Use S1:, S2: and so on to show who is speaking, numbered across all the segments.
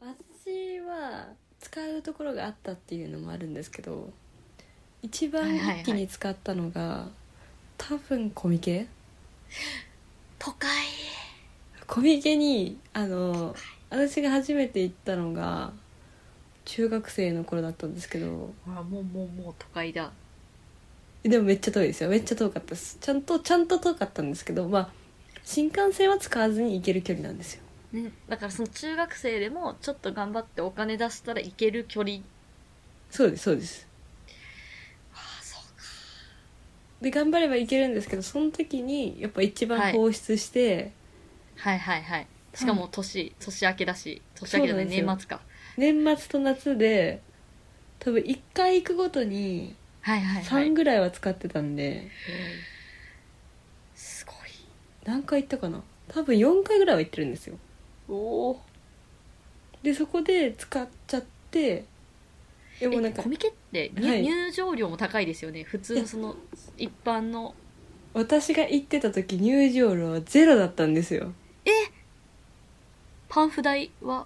S1: 私は使うところがあったっていうのもあるんですけど一
S2: は
S1: 番
S2: いはいはい
S1: 一気に使ったのが、多分コミケ
S2: 都会
S1: コミケにあの私が初めて行ったのが中学生の頃だったんですけど
S2: ほらもうもうもう都会だ
S1: でもめっちゃ遠いですよめっちゃ遠かったですちゃんとちゃんと遠かったんですけどまあ新幹線は使わずに行ける距離なんですよ
S2: ね、だからその中学生でもちょっと頑張ってお金出したら行ける距離
S1: そうですそうです
S2: あそうか
S1: で頑張ればいけるんですけどその時にやっぱ一
S2: は
S1: 番
S2: い
S1: 放出して、
S2: はいはいはいしかも年、年明けだし年明けじゃな
S1: そうな
S2: い
S1: ん
S2: 年
S1: で
S2: 末か
S1: 年末と夏で多分1回行くごとに
S2: はいはいは
S1: 3
S2: い
S1: ぐらいは使ってたんで、
S2: すご
S1: 何回行ったかな多分4回ぐらいは行ってるんですよ
S2: いおお
S1: でそこで使っちゃってでもなんか
S2: コミケって入,、
S1: はい
S2: 入場料も高いですよね普通のその一般の
S1: 私が行ってた時入場料はゼロだったんですよ
S2: パンフ代は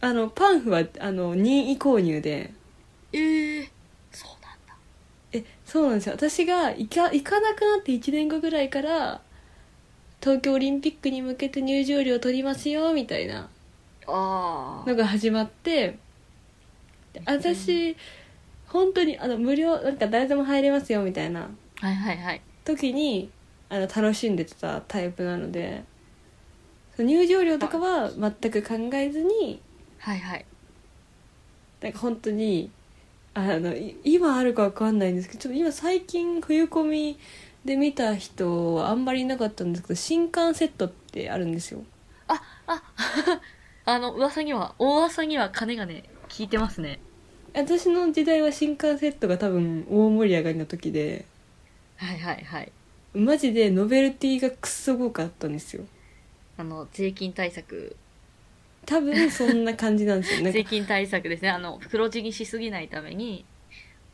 S1: あのパンフはあの任意購入で
S2: ええそうなんだ
S1: えそうなんですよ私が行か行かなくなって1年後ぐらいから東京オリンピックに向けて入場料取りますよみたいな
S2: あ
S1: のが始まってで私本当にあの無料なんか誰でも入れますよみたいな
S2: あはいはいはい
S1: 時にあの楽しんでたタイプなのでその入場料とかは全く考えずに
S2: はいはい
S1: なんか本当にあのい今あるかわかんないんですけどちょっと今最近冬コミで見た人はあんまりいなかったんですけど新刊セットってあるんですよ
S2: あの噂には大噂には金がね聞いてますね
S1: 私の時代は新刊セットが多分大盛り上がりの時で
S2: はいはいはい
S1: マジでノベルティがくっそ豪華だったんですよ
S2: あの税金対策
S1: 多分そんな感じなんですよなんか
S2: 税金対策ですねあの黒字にしすぎないために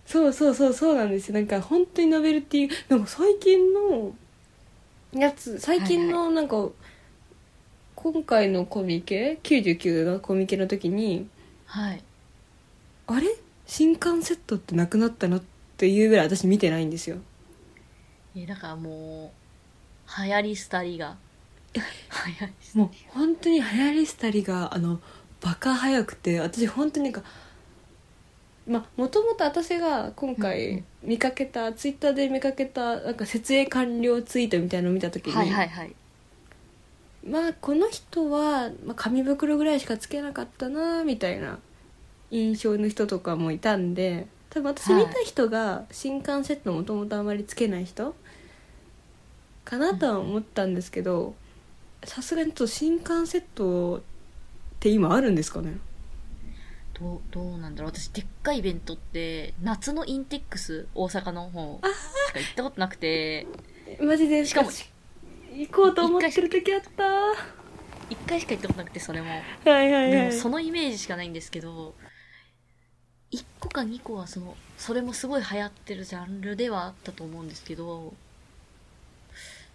S1: そうそうそうそうなんですよなんか本当にノベルティなんか最近のやつ最近のなんか、今回のコミケ99のコミケの時に
S2: はい
S1: あれ新刊セットってなくなったのっていうぐらい私見てないんですよ
S2: えだからもう流行り廃りが流行り
S1: もう本当に流行りしたりがあのバカ早くて私本当になんかまあもともと私が今
S2: うんう
S1: 回
S2: ん
S1: 見かけた、ツイッターで見かけたなんか設営完了ツイートみたいなのを見た時に、
S2: はいはいはい
S1: まあこの人は、まあ、紙袋ぐらいしかつけなかったなみたいな印象の人とかもいたんで多分私
S2: はい
S1: 見た人が新刊セットもともとあまりつけない人かなとは思ったんですけどさすがにちょっと新刊セットって今あるんですかね
S2: どうどうなんだろう私でっかいイベントって夏のインテックス大阪の方しか行ったことなくて
S1: マジで
S2: しかも
S1: 行こうと思ってる時あった
S2: 一回しか行ったことなくてそれも
S1: はいはい
S2: で
S1: は
S2: も
S1: い
S2: そのイメージしかないんですけど1個か2個はそのそれもすごい流行ってるジャンルではあったと思うんですけど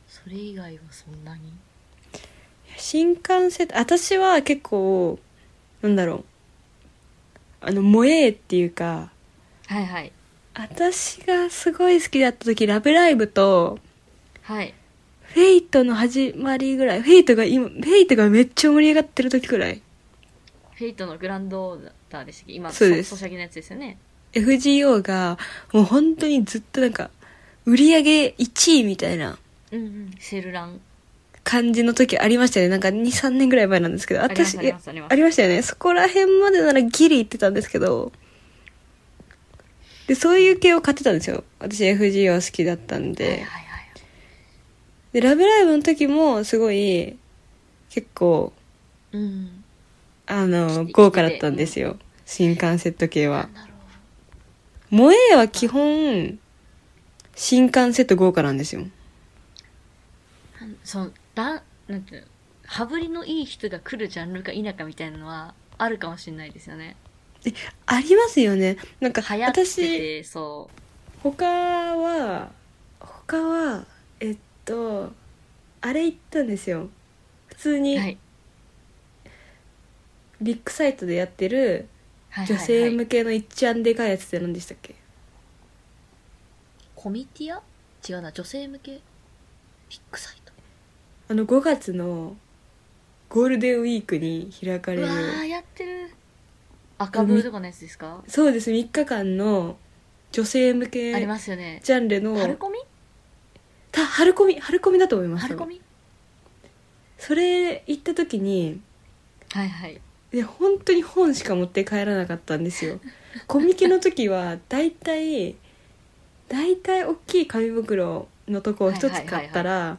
S2: それ以外はそんなに
S1: 新幹線私は結構なんだろうあの「萌え」っていうか
S2: はいはい
S1: 私がすごい好きだった時「ラブライブ!」と
S2: はい
S1: 「フェイトの始まりぐらい「フェイトが今「フェイトがめっちゃ盛り上がってる時くらい
S2: フェイトのグランドオーダーでしたっけ今
S1: そうです
S2: ソシャゲのやつですよね
S1: FGO がもう本当にずっとなんか売り上げ1位みたいな
S2: うんうんシェルラン
S1: 感じの時ありましたよねなんか23年ぐらい前なんですけど
S2: あります
S1: 私
S2: ありますありま
S1: あ
S2: す
S1: りましたよねそこら辺までならギリ行ってたんですけどでそういう系を買ってたんですよ私 FGO 好きだったん
S2: はいはい
S1: で
S2: はい
S1: で「ラブライブ!」の時もすごい結構
S2: うん
S1: あ
S2: き
S1: の
S2: てきて
S1: 豪華だったんですよ新幹セット系は
S2: なんだろう
S1: 「萌え」は基本新幹セット豪華なんですよ
S2: なんそのだなんていうの羽振りのいい人が来るジャンルか否かみたいなのはあるかもしれないですよね
S1: ありますよねなんか
S2: 流行って
S1: 私
S2: てそ
S1: 他は他はえっとあれ行ったんですよ普通
S2: う
S1: に
S2: はい
S1: ビッグサイトでやってる
S2: はいはいはい
S1: 女性向けのいっちゃんでかいやつって何でしたっけ、
S2: コミティア違うな女性向けビッグサイト
S1: あの5月のゴールデンウィークに開かれ
S2: う
S1: る
S2: わーやってる赤ブーとかのやつですか
S1: そうです3日間の女性向け
S2: ありますよね
S1: ジャンルの
S2: 春コミ
S1: た春コミ春コミだと思います
S2: 春コミ
S1: それ行った時に
S2: はいはい
S1: で本当に本しか持って帰らなかったんです よコミケの時は大体大体大きい紙袋のとこを一つ買ったら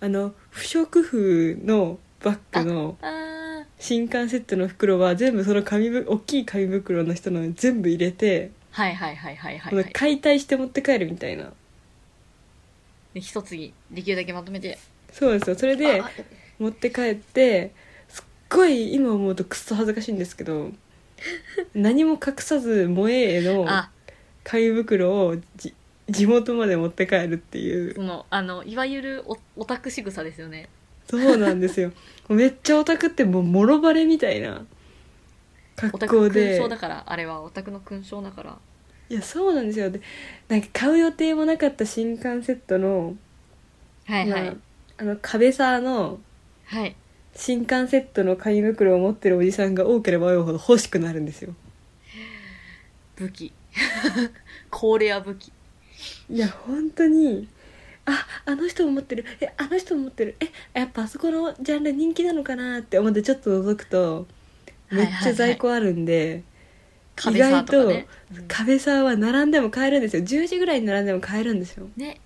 S1: あの不織布のバッグの
S2: あー
S1: 新刊セットの袋は全部その紙ぶ大きい紙袋の人の全部入れて、
S2: はいはいはいはいはいはい
S1: 解体して持って帰るみたいな
S2: で一つにできるだけまとめて
S1: そうですよそれで
S2: ああ
S1: 持って帰ってすっごい今思うとくっそ恥ずかしいんですけ ど何も隠さず「萌え」への
S2: あ
S1: 紙袋をじ地元まで持って帰るってい
S2: そうのあのいわゆるおオタク仕草ですよね
S1: そうなんですよ めっちゃオタクってもうもろバレみたいな
S2: オタ
S1: 格好
S2: ク勲
S1: で
S2: 章だからあれはオタクの勲章だから
S1: いやそうなんですよでなんか買う予定もなかった新刊セットの,
S2: はい
S1: まあ、
S2: はい
S1: あの壁沢の
S2: はい
S1: 新刊セットの紙袋を持ってるおじさんが多ければ多いほど欲しくなるんですよ
S2: 武器 高レア武器
S1: いや本当にああの人も持ってるえあの人も持ってるえやっぱあそこのジャンル人気なのかなって思ってちょっと覗くとめっちゃ在庫あるんで、
S2: 壁沢とかね
S1: 意外
S2: うん
S1: と壁さんは並んでも買えるんですよ10時ぐらいに並んでも買えるんですよ
S2: ね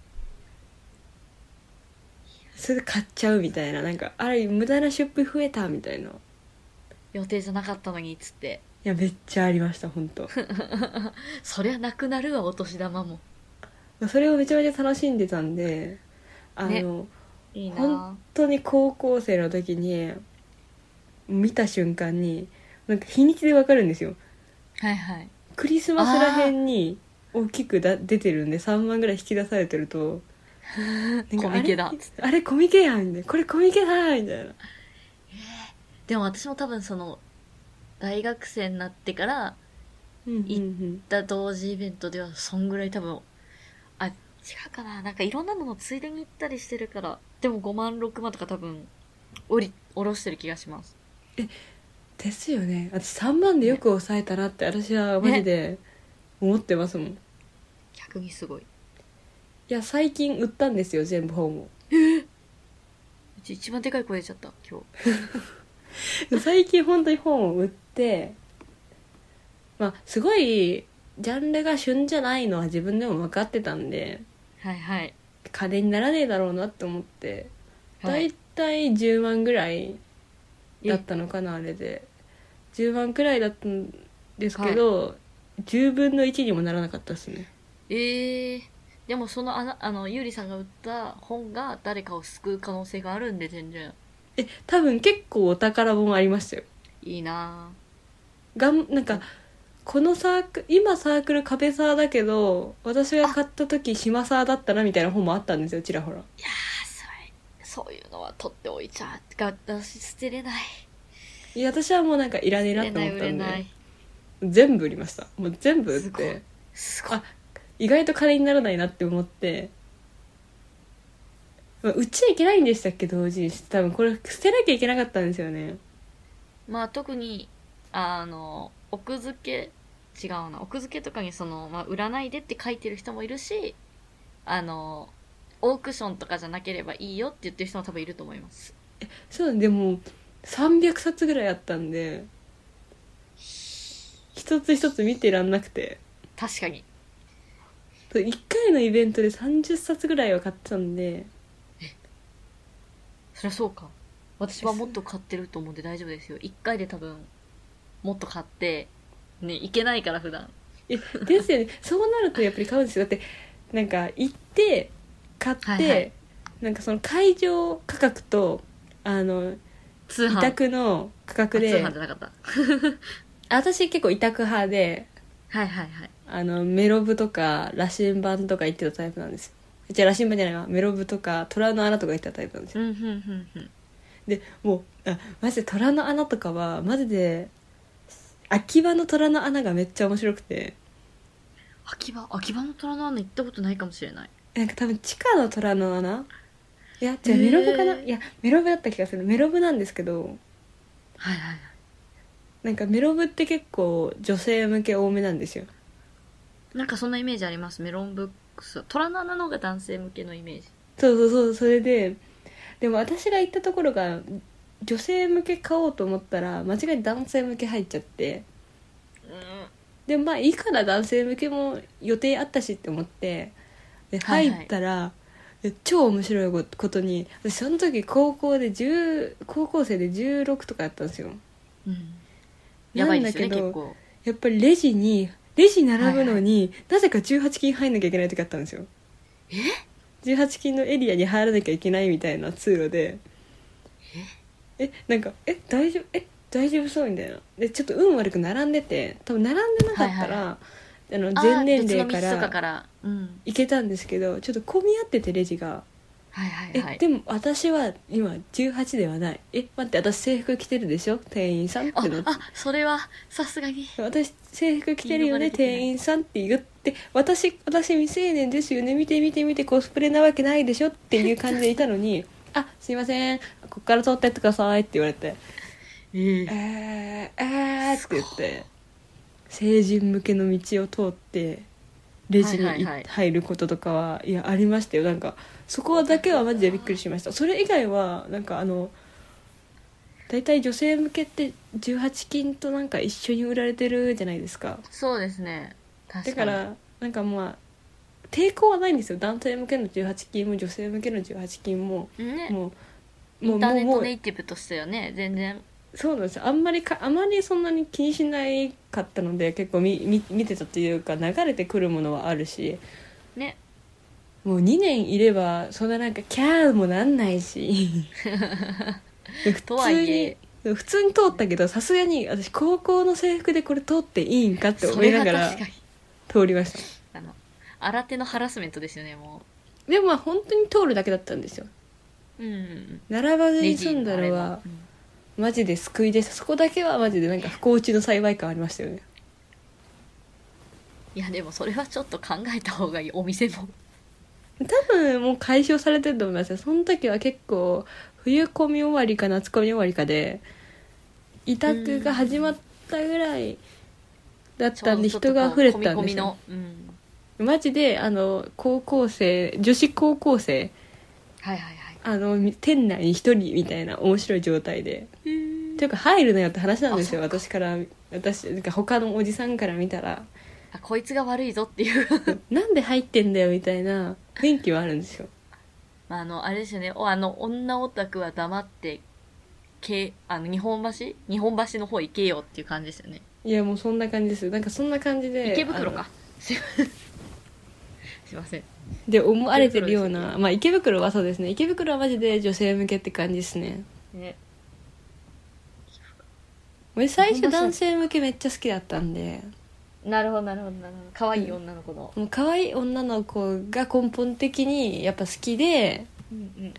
S1: それで買っちゃうみたいななんかあれ無駄な出費増えたみたいない
S2: 予定じゃなかったのにっつって
S1: やめっちゃありました本 当
S2: そりゃなくなるわお年玉も
S1: それをめちゃめちゃ楽しんでたんであの、
S2: ねいいな
S1: 本
S2: ぁ
S1: 当に高校生の時に見た瞬間になんか日にちでわかるんですよ
S2: はいはい
S1: クリスマスらへんに大きくだ出てるんで3万ぐらい引き出されてる となんか
S2: コミケだ
S1: あれあれコミケやんみたいなこれコミケだみたいな
S2: でも私も多分その大学生になってから
S1: うんうんうん
S2: 行った同時イベントではそんぐらい多分あ違うかななんかいろんなののついでに行ったりしてるからでも5万6万とか多分おり下ろしてる気がします
S1: ですよね私3万でよく抑えたなって私はマジで思ってますもん、
S2: 逆にすごいう
S1: いや最近売ったんですよ全部本を
S2: ち一番でかい声出ちゃった今日
S1: 最近本当に本を売ってまあすごいジャンルが旬じゃないのは自分でも分かってたんで
S2: はいはい
S1: 金にならねえだろうなって思って
S2: は
S1: 大
S2: い
S1: 体10万ぐらいだったのかなあれで10万くらいだったんですけど、10分の1にもならなかったですね
S2: えー、でもそのあなあのゆうりさんが売った本が誰かを救う可能性があるんで全然
S1: え多分結構お宝本ありましたよ
S2: いいな
S1: がんなんかこのサーク今サークル壁サーだけど私が買った時島サーだったなみたいな本もあったんですよちらほら
S2: ぁいやーそれそういうのは取っておいちゃうが私捨てれない
S1: いや私はもうなんかいらねえ
S2: 売
S1: な
S2: れ
S1: と
S2: ない
S1: 思っ
S2: 売
S1: た
S2: れ
S1: ん
S2: な
S1: で
S2: い
S1: 全部売りましたもう全部売っ
S2: すごい
S1: て
S2: すごい
S1: あ意外と金にならないなって思って、まあ、売っちゃいけないんでしたっけ同時に多分これ捨てなきゃいけなかったんですよね
S2: まあ特にあの奥付け違うな奥付けとかにその、まあ、売らないでって書いてる人もいるしあのオークションとかじゃなければいいよって言ってる人も多分いると思います
S1: そうでも300冊ぐらいあったんで一つ一つ見てらんなくて
S2: 確かに
S1: 1回のイベントで30冊ぐらいは買ってたんで
S2: そりゃそうか私はもっと買ってると思うんで大丈夫ですよ1回で多分もっと買ってねいけないから普段
S1: えですよねそうなるとやっぱり買うんですよだってなんか行って買って、
S2: はいはい
S1: なんかその会場価格とあの
S2: 通
S1: 委
S2: 販
S1: 託の価格
S2: あ
S1: で
S2: 通販じゃなかった
S1: 私結構委託派で
S2: はいはいはい
S1: あのメロブとか羅針盤とか行ってたタイプなんですよじゃあ羅針盤じゃないわメロブとか虎の穴とか行ってたタイプなんですよ
S2: うんうんうんうん
S1: でもうあマジで虎の穴とかはマジで秋葉の虎の穴がめっちゃ面白くて
S2: 秋葉秋葉の虎の穴行ったことないかもしれない
S1: なんか多分地下の虎の穴いやじゃあ
S2: へー
S1: メロブかないやメロブだった気がするメロブなんですけど
S2: はいはいはい
S1: なんかメロブって結構女性向け多めなんですよ
S2: なんかそんなイメージありますメロンブックスは虎の穴の方が男性向けのイメージ
S1: そうそうそうそれででも私が行ったところが女性向け買おうと思ったら間違いに男性向け入っちゃって
S2: う
S1: でまあいいから男性向けも予定あったしって思ってで
S2: はい
S1: 入
S2: はい
S1: ったら、で超面白いこことに私その時高校で10高校生で16とかやったんですよ
S2: ん、うん、やばいですよね
S1: なんだけど
S2: 結構
S1: やっぱりレジにレジ並ぶのに、なぜか18金入んなきゃいけない時あったんですよ
S2: え
S1: 18金のエリアに入らなきゃいけないみたいな通路でえなんか「え大丈夫え大丈夫そう」みたいなでちょっと運悪く並んでて多分並んでなかったら、あの
S2: あ
S1: 前
S2: ー
S1: 年齢か
S2: 別の道とからからうん
S1: 行けたんですけどちょっと混み合っててレジが
S2: は
S1: 「
S2: いはい
S1: え、
S2: はい
S1: でも私は今18ではないえ待って私制服着てるでしょ店員さん」ってなって
S2: ああそれはさすがに
S1: 私制服着てるよね
S2: 言い逃れできない
S1: 店員さんって言って私私未成年ですよね見て見て見てコスプレなわけないでしょっていう感じでいたのに「 あすいませんこっから通ってってください」って言われて「え
S2: え
S1: ー、えー」って言って成人向けの道を通ってレジに
S2: はいはいはい
S1: い入ることとかはいやありましたよなんかそこだけはマジでびっくりしましたそれ以外はなんかあの大体女性向けって18金となんか一緒に売られてるじゃないですか
S2: そうですね確
S1: だ
S2: かに
S1: からなんかまあ抵抗はないんですよ男性向けの18金も女性向けの18金も
S2: ね
S1: もう
S2: イ
S1: もう
S2: ンターネッ
S1: も
S2: ト
S1: う
S2: ネイティブとしてはね全然
S1: そうなんですよあんまりかあまりそんなに気にしないかったので結構みみ見てたというか流れてくるものはあるし
S2: ね
S1: もう2年いればそんななんかキャーもなんないし普
S2: とはいえ
S1: 通に普通に通ったけどさすがに私高校の制服でこれ通っていいんかって
S2: そ
S1: 思い
S2: れ
S1: な
S2: は
S1: がら
S2: 確かに
S1: 通りました
S2: あの新手のハラスメントですよねも
S1: でもまあ本当に通るだけだったんですよ
S2: ううん
S1: 並ばず
S2: レ
S1: に
S2: ジ
S1: 済んだのは
S2: あれのうん
S1: マジで救いでしたそこだけはマジでなんか不幸中の幸い感ありましたよね
S2: いやでもそれはちょっと考えた方がいいお店 も
S1: 多分もう解消されてると思いますよその時は結構冬込み終わりか夏込み終わりかで委託が始まったぐらいだったんで
S2: ちょうど
S1: 人が溢れて
S2: ちょ
S1: た
S2: っと
S1: ん
S2: こう
S1: ですよ
S2: 込み込みのうん
S1: マジであの高校生女子高校生
S2: はいはいはい
S1: あの店内に一人みたいな面白い状態でという
S2: あ
S1: か入るなよって話なんですよ
S2: あそっか
S1: 私から私なんか他のおじさんから見たら
S2: こいつが悪いぞっていう
S1: なんで入ってんだよみたいな雰囲気はあるんですよ
S2: まああのあれですよねおあの女オタクは黙ってけあの日本橋日本橋の方行けよっていう感じですよね
S1: いやもうそんな感じですなんかそんな感じで
S2: 池袋
S1: あの
S2: かすいません すいません
S1: で思われてるよう
S2: 池袋
S1: なまあ池袋はそうですね池袋はマジで女性向けって感じですね
S2: ね
S1: 俺最初
S2: 本当そう
S1: 男性向けめっちゃ好きだったんで
S2: なるほどなるほどなるほど可愛い女の子の、
S1: もう可愛い女の子が根本的にやっぱ好きで
S2: うんうんうん、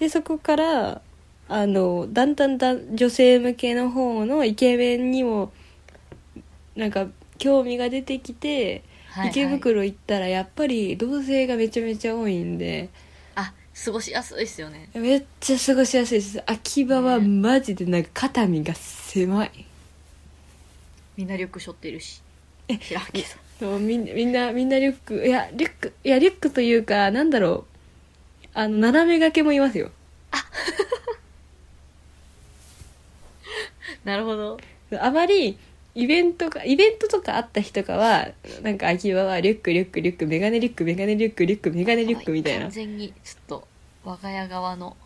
S1: でそこからあのだんだんだん女性向けの方のイケメンにもなんか興味が出てきて、
S2: はいはい
S1: 池袋行ったらやっぱり同性がめちゃめちゃ多いんで
S2: あ過ごしやすいですよね
S1: めっちゃ過ごしやすいです秋葉は
S2: ね
S1: マジでなんか肩身が狭い
S2: みんなリュック背負っているし開けさ
S1: もうみんみんなみんなリュックいやリュックいやリュックというかなんだろうあの斜め掛けもいますよ
S2: なるほど
S1: あまりイベントかイベントとかあった日とかはなんか秋葉はリュックリュックリュックメガネリュックメガネリュックリュックメガネリュックみたいな
S2: 完全にちょっと我が家側の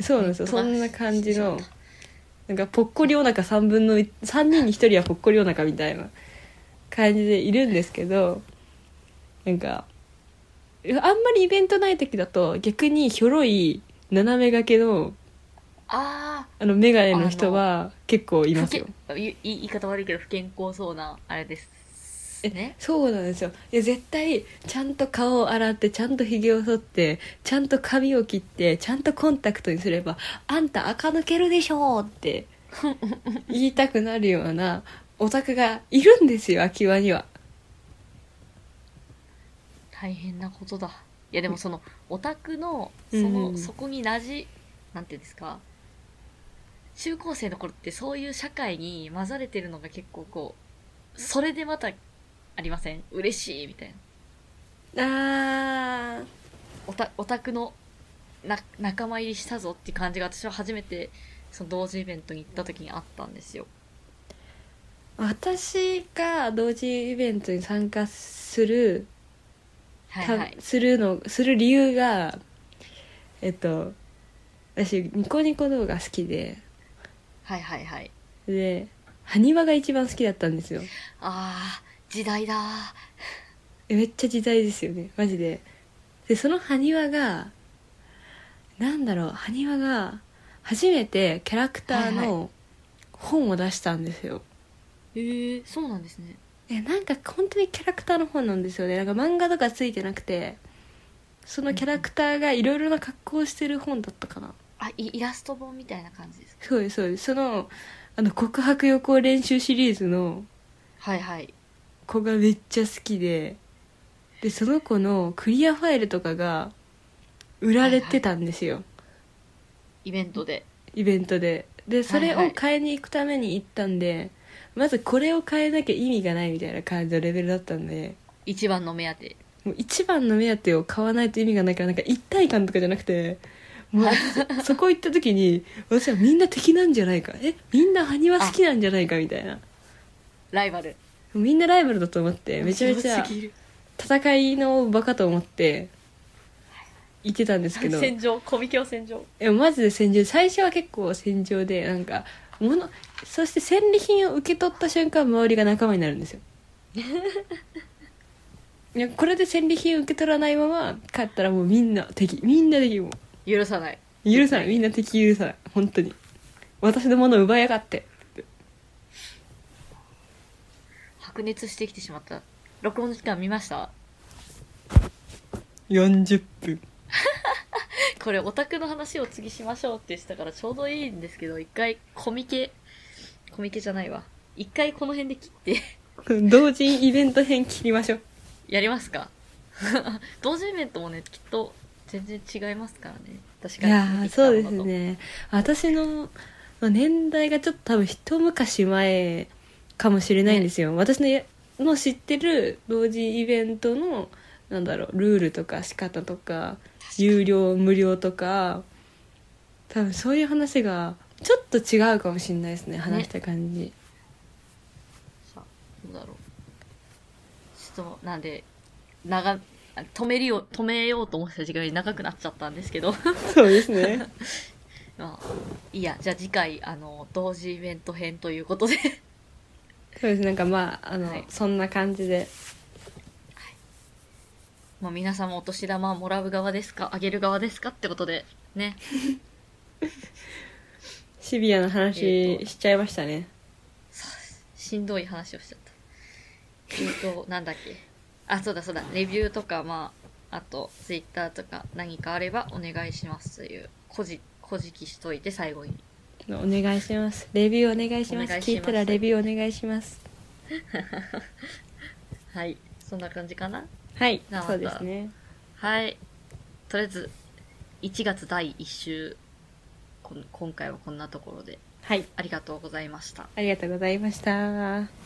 S1: そうなんですよ
S2: ネット
S1: そ
S2: が
S1: んな感じ
S2: しまっ
S1: の
S2: た
S1: なんかぽっこりお腹3分の1 3人に1人はぽっこりお腹みたいな感じでいるんですけどなんかあんまりイベントない時だと逆にひょろい斜め掛けの
S2: あ
S1: あの眼鏡の人は結構い
S2: あ
S1: ますよ
S2: 言い言い方悪いけど不健康そうなあれですですね。
S1: そうなんですよいや絶対ちゃんと顔を洗ってちゃんとひげを剃ってちゃんと髪を切ってちゃんとコンタクトにすれば「あんた垢抜けるでしょ」って 言いたくなるようなオタクがいるんですよ秋葉には
S2: 大変なことだ。いやでもその、オタクの、その、
S1: うん
S2: そこになじ、なんていうんですか、中高生の頃ってそういう社会に混ざれてるのが結構こう、それでまた、ありません嬉しいみたいな。
S1: あ
S2: オタオタクのな仲間入りしたぞっていう感じが私は初めてその同時イベントに行った時にあったんですよ。
S1: 私が同時イベントに参加する
S2: はいはい
S1: た。するのする理由がえっと私ニコニコ動画好きで
S2: はいはいはい。
S1: で埴輪が一番好きだったんですよ
S2: ああ、時代だー。
S1: えめっちゃ時代ですよねマジででその埴輪がなんだろう埴輪が初めてキャラクター
S2: はい
S1: の本を出したんですよ、
S2: えー、そうなんですね。
S1: えなんか本当にキャラクターの本なんですよねなんか漫画とかついてなくてそのキャラクターがいろいろな格好をしてる本だったかな
S2: あ、イイラスト本みたいな感じですか。
S1: そうですそうですそのあの告白予行練習シリーズの
S2: はいはい。
S1: 子がめっちゃ好きででその子のクリアファイルとかが売られてたんですよ、
S2: イベントで。
S1: イベントででそれ
S2: はいは
S1: を
S2: い
S1: 買いに行くために行ったんで、まずこれを変えなきゃ意味がないみたいな感じのレベルだったんで
S2: 一番の目当て。
S1: もう一番の目当てを買わないと意味がないからなんか一体感とかじゃなくてもう私そこ 行った時に私はみんな敵なんじゃないかえみんな埴輪好きなんじゃないかみたいな
S2: ライバル。
S1: みんなライバルだと思ってめちゃめちゃ
S2: 強すぎる
S1: 戦いの場かと思って行ってたんですけど
S2: 戦場、コミケオ戦場。
S1: えマジで戦場最初は結構戦場でなんかものそして戦利品を受け取った瞬間周りが仲間になるんですよいやこれで戦利品を受け取らないまま勝ったらもうみんな敵みんな敵も
S2: 許さない。
S1: う許さないみんな敵許さない本当に私のものを奪いやがって
S2: 白熱してきてしまった。録音の時間見ました
S1: 40分
S2: これオタクの話を次しましょうってしたからちょうどいいんですけど、一回コミケ、コミケじゃないわ。一回この辺で切って
S1: 同人イベント編切りましょう
S2: やりますか 同時イベントもね、きっと全然違いますからね。確か
S1: い
S2: に。
S1: や
S2: 見
S1: ー
S2: てきた
S1: そ
S2: も
S1: う
S2: の
S1: です
S2: と。
S1: ね私のまあ年代がちょっと多分一昔前かもしれないんですよ、私のやの知ってる同時イベントのなんだろうルールとか仕方とか有料無料とか多分そういう話がちょっと違うかもしれないですね話した感じ、
S2: さあ、どうだろう。ちょっと、なんで、長、止めるよ、止めようと思ってた時間より長くなっちゃったんですけど。
S1: そうですね
S2: まあ、いいや、じゃあ次回、あの、同時イベント編ということで。
S1: そうですなんかまああの、
S2: はい
S1: そんな感じで
S2: まあ、皆様お年玉はもらう側ですかあげる側ですかってことでね
S1: シビアな
S2: えー
S1: 話
S2: と
S1: しちゃいましたね、
S2: しんどい話をしちゃったえっ、となんだっけあそうだそうだレビューとかまああとツイッターとか何かあればお願いしますというこじこじきしといて最後に
S1: お願いしますレビューお願いし
S2: お願
S1: ま
S2: いし
S1: す
S2: ます
S1: 聞いたらレビューお願いします
S2: はいそんな感じかな
S1: はい
S2: なあ
S1: そうですね
S2: はいとりあえず1月第1週こん今回はこんなところで
S1: はい
S2: ありがとうございました
S1: ありがとうございました。